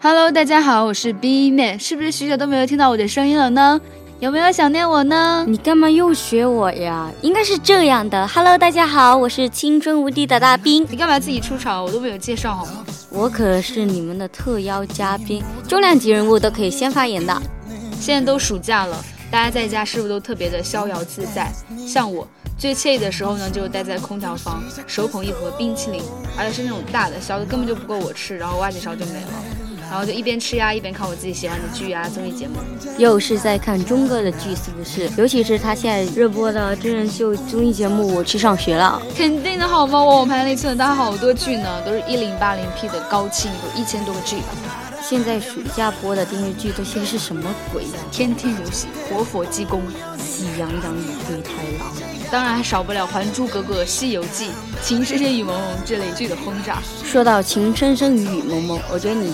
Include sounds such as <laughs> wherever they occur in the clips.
Hello，大家好，我是 B 妹，是不是许久都没有听到我的声音了呢？有没有想念我呢？你干嘛又学我呀？应该是这样的。Hello，大家好，我是青春无敌的大兵，你干嘛自己出场？我都没有介绍好吗？我可是你们的特邀嘉宾，重量级人物都可以先发言的。现在都暑假了，大家在家是不是都特别的逍遥自在？像我最惬意的时候呢，就是待在空调房，手捧一盒冰淇淋，而且是那种大的，小的根本就不够我吃，然后挖几勺就没了。然后就一边吃呀，一边看我自己喜欢的剧呀、综艺节目。又是在看钟哥的剧，是不是？尤其是他现在热播的真人秀综艺节目《我去上学了肯定的好吗？我网盘里存档好多剧呢，都是一零八零 P 的高清，有一千多个 G，》。现在暑假播的电视剧都些是什么鬼呀？天天有喜，活佛济公，喜羊羊与灰太狼。当然还少不了《还珠格格》《西游记》《情深深雨蒙蒙》这类剧的轰炸。说到《情深深雨雨蒙蒙》，我觉得你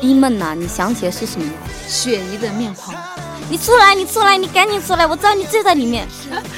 低梦呐，你想起的是什么？雪姨的面庞，你出来，你出来，你赶紧出来！我知道你醉在里面，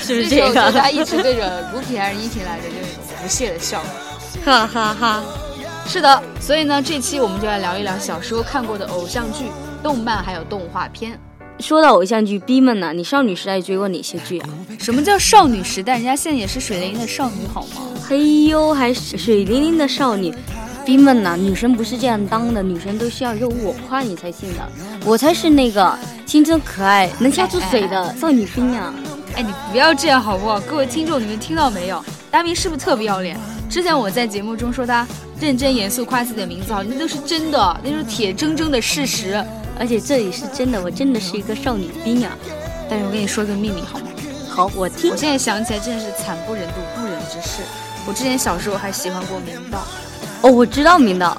是这首歌他一直对着卢皮还是依婷来着，就是那种不屑的笑。哈哈哈！是的，所以呢，这期我们就来聊一聊小时候看过的偶像剧、动漫还有动画片。说到偶像剧逼们呐，你少女时代追过哪些剧啊？什么叫少女时代？人家现在也是水灵灵的少女好吗？嘿呦，还是水灵灵的少女。逼们呐，女神不是这样当的，女神都是要有我夸你才信的，我才是那个青春可爱、能下出水的少女兵啊！哎，你不要这样好不好？各位听众，你们听到没有？达明是不是特别要脸？之前我在节目中说他认真严肃夸自己的名字，好，啊那都是真的，那都是铁铮铮的事实。而且这里是真的，我真的是一个少女兵啊！但是我跟你说个秘密好吗？好，我听我。现在想起来真的是惨不忍睹，不忍直视。我之前小时候还喜欢过明道，哦，我知道明道，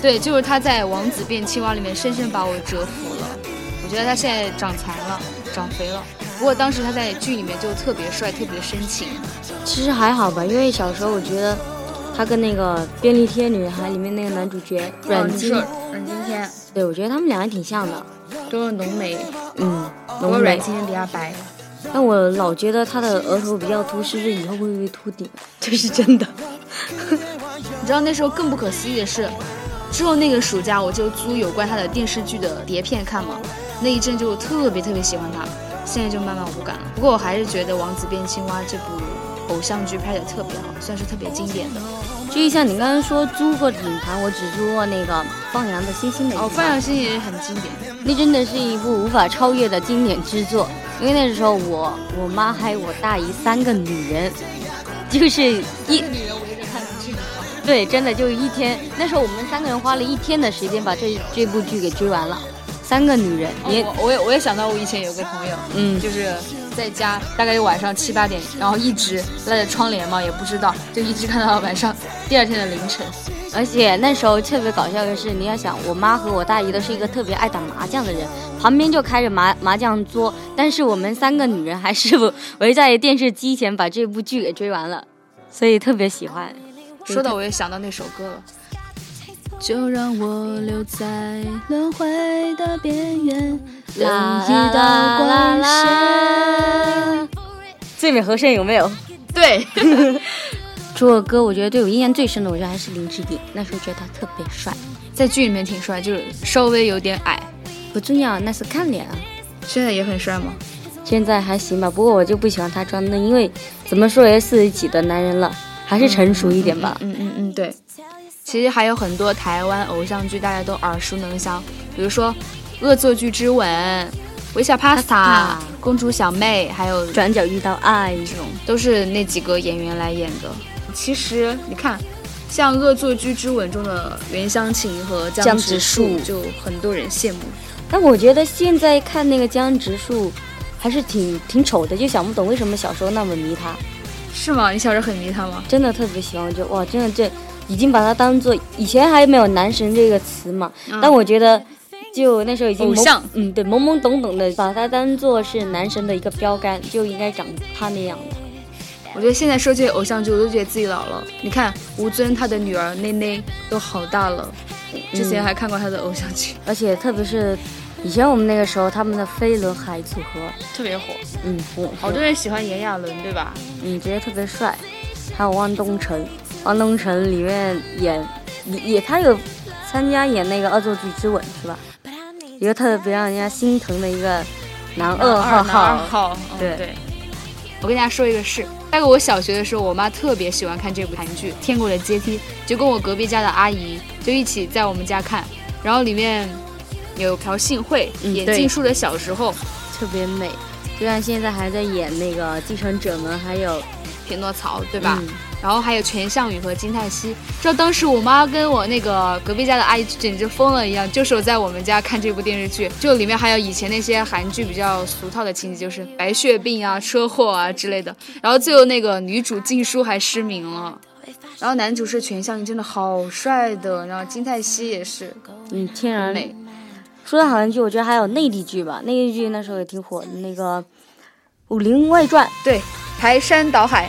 对，就是他在《王子变青蛙》里面深深把我折服了。我觉得他现在长残了，长肥了。不过当时他在剧里面就特别帅，特别深情。其实还好吧，因为小时候我觉得他跟那个《便利贴女孩》里面那个男主角嗯阮哦经，阮经天，对我觉得他们俩还挺像的。都是浓眉，嗯，不过浓眉阮。经天比他白。但我老觉得他的额头比较凸，是不是以后会不会秃顶？ <laughs> 这是真的。你知道那时候更不可思议的是，之后那个暑假我就租有关他的电视剧的碟片看嘛，那一阵就特别特别喜欢他，现在就慢慢无感了。不过我还是觉得《王子变青蛙》这部偶像剧拍的特别好，算是特别经典的。至于像你刚刚说租过的影盘，我只租过那个放羊的星星的影哦，《放盘，羊星》也是很经典。那真的是一部无法超越的经典之作。因为那时候我我妈还有我大姨三个女人，就是一女人围着看啊的剧，对，真的就一天。那时候我们三个人花了一天的时间把这这部剧给追完了，三个女人，也、哦我我也我也想到我以前有个朋友，嗯，就是在家大概有晚上七八点，然后一直拉着窗帘嘛，也不知道，就一直看到晚上第二天的凌晨。而且那时候特别搞笑的是，你要想，我妈和我大姨都是一个特别爱打麻将的人，旁边就开着麻麻将桌，但是我们三个女人还是 <laughs> 不围在电视机前把这部剧给追完了，所以特别喜欢。说到我也想到那首歌了。就让我留在轮回的边缘，等一道光线。啦！最美和声有没有？对，除了歌，我觉得对我印象最深的，我觉得还是林志颖，那时候觉得他特别帅， <laughs> 在剧里面挺帅，就是稍微有点矮。不重要，那是看脸啊。现在也很帅吗？现在还行吧，不过我就不喜欢他装嫩，因为怎么说也四十几的男人了，还是成熟一点吧。嗯嗯嗯，对。其实还有很多台湾偶像剧，大家都耳熟能详，比如说《恶作剧之吻》《微笑 Pasta》 Pasta 《公主小妹》，还有转角遇到爱，这种都是那几个演员来演的。其实你看，像《恶作剧之吻》中的袁湘琴和江江直直树，树就很多人羡慕。但我觉得现在看那个江直树，还是挺挺丑的，就想不懂为什么小时候那么迷他，是吗？你小时候很迷他吗？真的特别喜欢，我觉得哇，真的这已经把他当做以前还没有男神这个词嘛，但我觉得。就那时候已经嗯偶懵像嗯，对，懵懵懂懂的把他当做是男神的一个标杆，就应该长他那样的。我觉得现在说这些偶像剧，我都觉得自己老了。你看吴尊他的女儿内内都好大了，之前还看过他的偶像剧，而且特别是以前我们那个时候，他们的飞轮海组合，特别火。嗯，我好多人喜欢炎亚纶，对吧？嗯，觉得特别帅。还有汪东城，汪东城里面演也也他有参加演那个《恶作剧之吻》是吧？一个特别让人家心疼的一个男二嗯二男呃二号号，号，嗯对对。我跟大家说一个事，大概我小学的时候，我妈特别喜欢看这部韩剧《天国的阶梯》，就跟我隔壁家的阿姨就一起在我们家看，然后里面有朴信惠嗯演对静树的小时候，特别美。就像现在还在演那个《继承者们》，还有匹诺曹，对对吧？然后还有全相宇和金泰熙，知道当时我妈跟我那个隔壁家的阿姨简直疯了一样，就是我在我们家看这部电视剧，就里面还有以前那些韩剧比较俗套的情节，就是白血病啊、车祸啊之类的。然后最后那个女主静姝还失明了，然后男主是全相宇，真的好帅的，然后金泰熙也是嗯，天很然美。说到韩剧，我觉得还有内地剧吧，内地剧那时候也挺火的，那个《武林外传》对，排山倒海，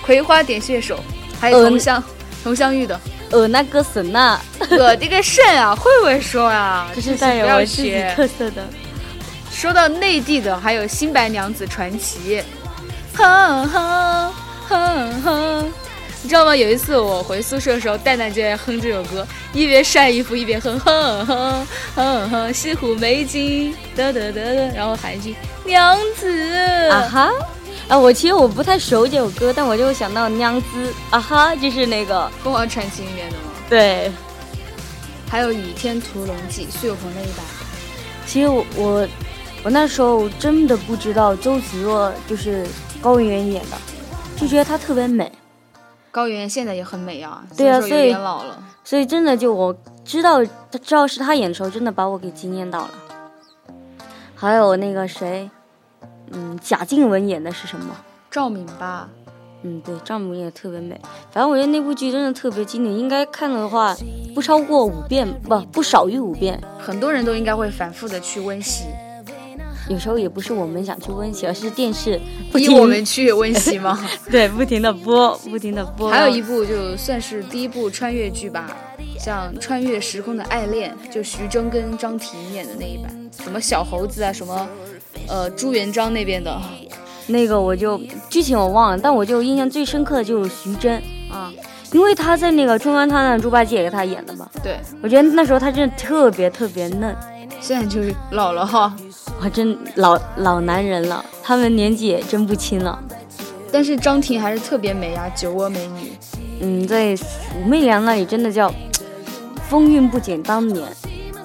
葵花点穴手，还有呃佟湘佟湘玉的，呃，那个神啊呐，我的个肾啊，会不会说 <laughs> 啊？这真是带不有要我自己学。特色的。说到内地的，还有《新白娘子传奇》，哼哼哼哼，你知道吗？有一次我回宿舍的时候，蛋蛋就在哼这首歌，一边晒衣服一边哼哼哼哼哼，西湖美景，得得得得，然后喊一句娘子，啊哈，啊，我其实我不太熟这首歌，但我就想到娘子啊哈，就是那个凤凰传奇》里面的吗？对。还有《倚天屠龙记》，苏有朋的一版。其实我我我那时候真的不知道周芷若就是高圆圆演的，就觉得她特别美，高圆圆现在也很美啊，对啊虽然说所有以点老了。所以真的就我知道知道是她演的时候，真的把我给惊艳到了。还有那个谁，嗯，贾静雯演的是什么？赵敏吧，嗯，对，丈母也特别美。反正我觉得那部剧真的特别经典，应该看的话不超过五遍，不不少于五遍。很多人都应该会反复的去温习，有时候也不是我们想去温习，而是电视不逼停我们去温习 <laughs> 吗？对不停的播，不停的播。还有一部就算是第一部穿越剧吧，像《穿越时空的爱恋》，就徐峥跟张庭演的那一版，什么小猴子啊，什么呃朱元璋那边的那个我就剧情我忘了，但我就印象最深刻的就是徐峥，嗯啊，因为他在那个《春光灿烂的猪八戒》给他演的嘛，对，我觉得那时候他真的特别特别嫩，现在就是老了哈，哇，真老老男人了，他们年纪也真不轻了。但是张庭还是特别美啊，酒窝美女。嗯，在武媚娘那里真的叫风韵不减当年。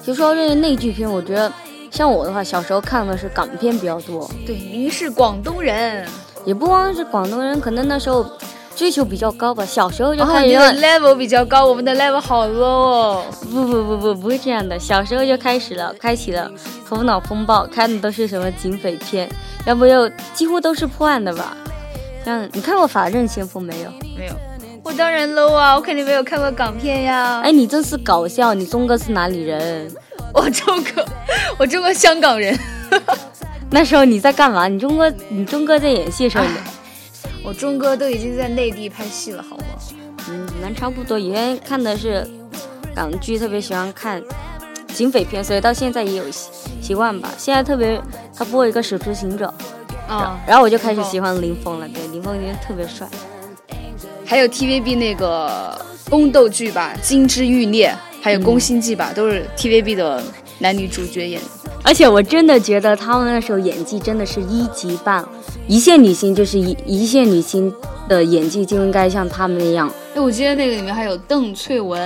就说这个内剧片，我觉得像我的话，小时候看的是港片比较多，对，您是广东人，也不光是广东人，可能那时候追求比较高吧。小时候就然后哦开啊你始、的 level 比较高，我们的 level 好 low 哦。不不不不不是这样的，小时候就开始了，开启了头脑风暴，看的都是什么警匪片，要不就几乎都是破案的吧。像你看过《法证先锋》没有？没有，我当然 low 啊，我肯定没有看过港片呀。哎，你真是搞笑，你忠哥是哪里人？ <laughs> 我中国，我中国香港人。那时候你在干嘛？你忠哥，你忠哥在演戏的时候你，我钟哥都已经在内地拍戏了，好吗？嗯，蛮差不多。以前看的是港剧，特别喜欢看警匪片，所以到现在也有习习惯吧。现在特别他播一个《手持行者》，啊，然后我就开始林峰喜欢林峰了。对，林峰觉得特别帅。还有 TVB 那个宫斗剧吧，《金枝欲孽》，还有《嗯宫心计》吧，都是 TVB 的男女主角演的。而且我真的觉得他们那时候演技真的是一级棒，一线女星就是一一线女星的演技就应该像他们那样。哎，我记得那个里面还有邓萃雯、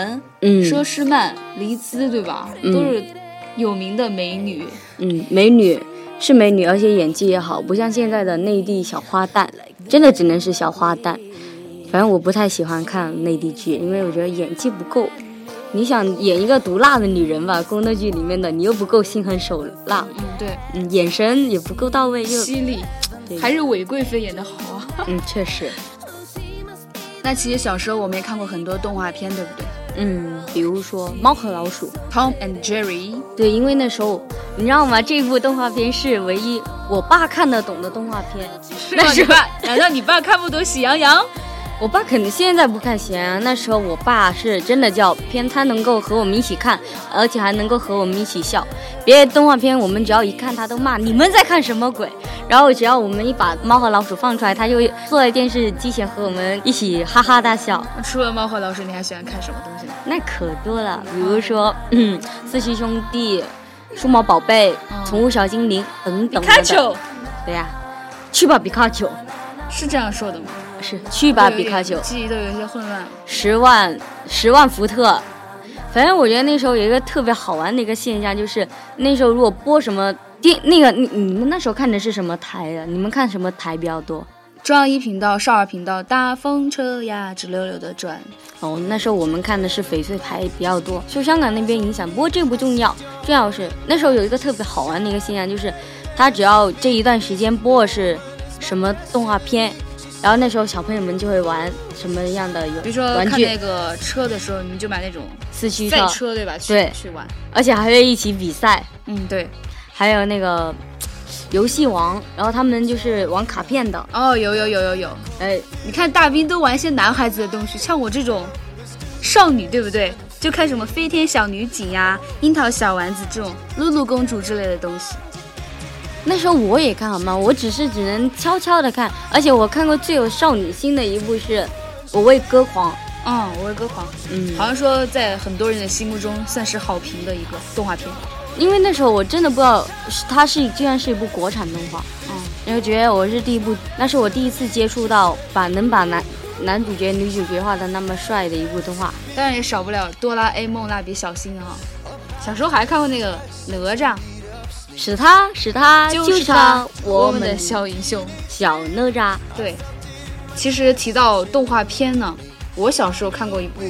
嗯，佘诗曼、黎姿，对吧？嗯都是有名的美女。嗯，美女是美女，而且演技也好，不像现在的内地小花旦，真的只能是小花旦。反正我不太喜欢看内地剧，因为我觉得演技不够。你想演一个毒辣的女人吧，宫斗剧里面的你又不够心狠手辣，嗯，对，嗯，眼神也不够到位，就犀利，对还是韦贵妃演的好啊。 <laughs> 嗯，确实， <laughs> 那其实小时候我们也看过很多动画片，对不对嗯，比如说《猫和老鼠》， ？Tom and Jerry，对，因为那时候你知道吗？这部动画片是唯一我爸看得懂的动画片，是那吗？ <laughs> 是你爸？难道你爸看不懂《喜羊羊》？我爸肯定现在不看闲啊，那时候我爸是真的叫片，他能够和我们一起看，而且还能够和我们一起笑。别的动画片我们只要一看，他都骂你们在看什么鬼。然后只要我们一把猫和老鼠放出来，他就坐在电视机前和我们一起哈哈大笑。除了猫和老鼠，你还喜欢看什么东 <laughs> 西呢？那可多了，比如说嗯，四驱兄弟、数码宝贝、宠物小精灵等等等等。看球，对呀、去吧比卡丘，是这样说的吗？是去吧比卡丘。记忆都有一些混乱。十万十万伏特。反正我觉得那时候有一个特别好玩的一个现象，就是那时候如果播什么电，那个你你们那时候看的是什么台的？你们看什么台比较多？中央一频道、少儿频道，大风车呀直溜溜的转。哦，那时候我们看的是翡翠台比较多，受香港那边影响。不过这不重要，重要的是那时候有一个特别好玩的一个现象，就是它只要这一段时间播的是什么动画片，然后那时候小朋友们就会玩什么样的游比如说玩看具那个车的时候，你们就买那种四驱赛车，车对吧？去对去玩。而且还会一起比赛。嗯，对。还有那个游戏王，然后他们就是玩卡片的，哦，有有有有有，哎，你看大兵都玩一些男孩子的东西，像我这种少女，对不对？就看什么飞天小女警呀、樱桃小丸子这种露露公主之类的东西。那时候我也看好吗？我只是只能悄悄的看，而且我看过最有少女心的一部是《我为歌狂》，嗯，我为歌狂，嗯，好像说在很多人的心目中算是好评的一个动画片。因为那时候我真的不知道是它是居然是一部国产动画，嗯，然后觉得我是第一部，那是我第一次接触到把能把男男主角、女主角画的那么帅的一部动画。当然也少不了哆啦 A 梦、蜡笔小新啊。小时候还看过那个哪吒，使他，使他，啊就是他他，，我我们们的的小小英雄。小哪吒。对，其实提到动画片呢，我小时候看过一部《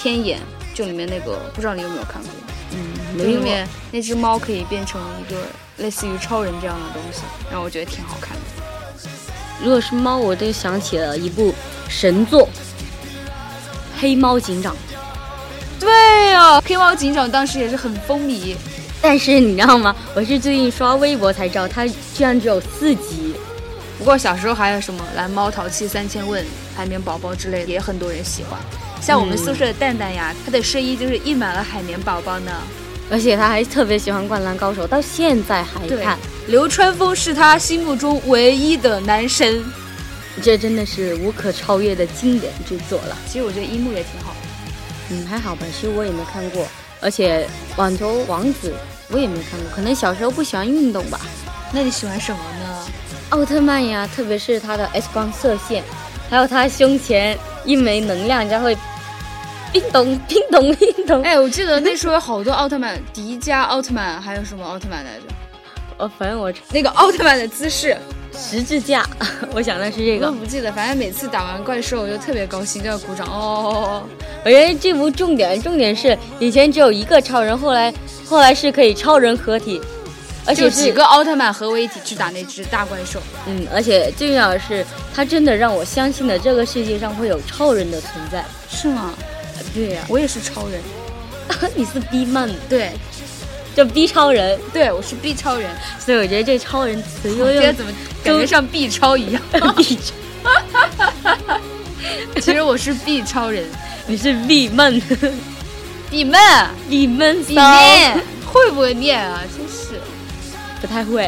天眼》，就里面那个不知道你有没有看过，嗯，就里过面那只猫可以变成一个类似于超人这样的东西，然后我觉得挺好看的。如果是猫，我就想起了一部神作《黑猫警长》。对哦，黑猫警长当时也是很风靡，但是你知道吗？ <laughs> 我是最近刷微博才知道，它居然只有四集。不过小时候还有什么蓝猫淘气三千问、海绵宝宝之类的，也很多人喜欢。像我们宿舍的蛋蛋呀，他的睡衣就是印满了海绵宝宝呢。而且他还特别喜欢《灌篮高手》，到现在还对看，，流川枫是他心目中唯一的男神。这真的是无可超越的经典之作了。其实我觉得樱木也挺好的。嗯，还好吧，其实我也没看过，而且《网球王子》我也没看过，可能小时候不喜欢运动吧。那你喜欢什么呢？奥特曼呀，特别是他的 X 光射线，还有他胸前一枚能量，然后会叮咚 <laughs> 叮咚叮咚。哎，哎，我记得那时候有好多奥特曼，迪迦奥特曼，还有什么奥特曼来着？我哦反正我那个奥特曼的姿势，十字架， <laughs> 我想的是这我个都。不记得。反正每次打完怪兽，我就特别高兴，就要鼓掌哦。我觉得这部重点重点是以前只有一个超人，后来后来是可以超人合体，而且就是几个奥特曼合为一体去打那只大怪兽。嗯，而且最重要的是，他真的让我相信了这个世界上会有超人的存在。 <laughs> 是吗？对呀、我也是超人。你是 B man，对叫 B 超人，对，我是 B 超人。所以我觉得这超人词我又觉得用怎么感觉像 B 超一样？ <laughs> B 超。 <laughs> 其实我是 B 超人。你是闭闷， <laughs> 你们，闭闷你骚，念会不会念啊？真是。不太会。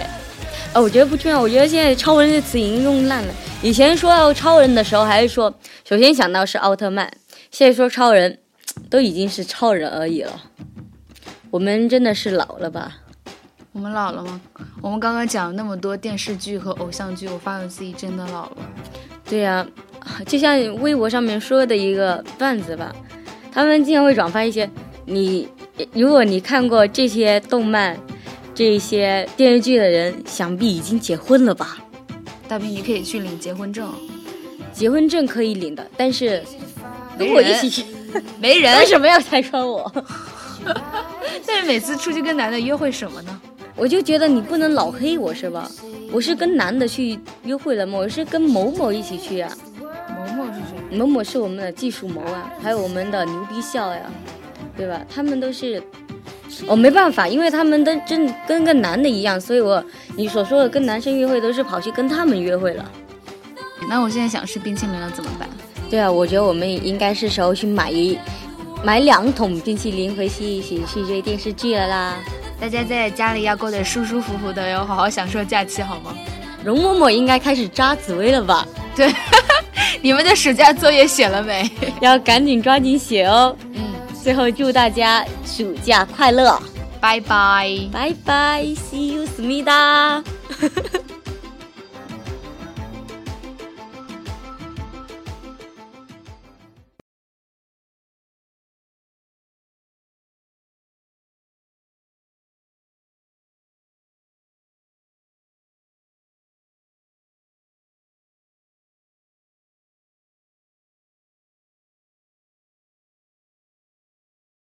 哦，我觉得不重要，我觉得现在“超人”这词已经用烂了。以前说到超人的时候，还是说首先想到是奥特曼，现在说超人，都已经是超人而已了。我们真的是老了吧？我们老了吗？我们刚刚讲了那么多电视剧和偶像剧，我发现自己真的老了。对呀、就像微博上面说的一个段子吧，他们经常会转发一些你，如果你看过这些动漫、这些电视剧的人，想必已经结婚了吧？大兵，你可以去领结婚证，结婚证可以领的，但是没跟我一人起，没人为。什么要拆穿我？ <laughs> 哎但是每次出去跟男的约会什么呢？我就觉得你不能老黑我是吧？我是跟男的去约会了吗？我是跟某某一起去啊，萌萌是谁？某某是我们的技术谋啊，还有我们的牛逼笑呀，对吧？他们都是，我、没办法，因为他们都真跟个男的一样，所以我你所说的跟男生约会都是跑去跟他们约会了。那我现在想吃冰淇淋了怎么办？对啊，我觉得我们应该是时候去买一买两桶冰淇淋回去一起去追电视剧了啦。大家在家里要过得舒舒服服的哟，好好享受假期好吗？容嬷嬷应该开始扎紫薇了吧？对，你们的暑假作业写了没？ <laughs> 要赶紧抓紧写哦。嗯，最后祝大家暑假快乐，拜拜。拜拜，see you，思密达。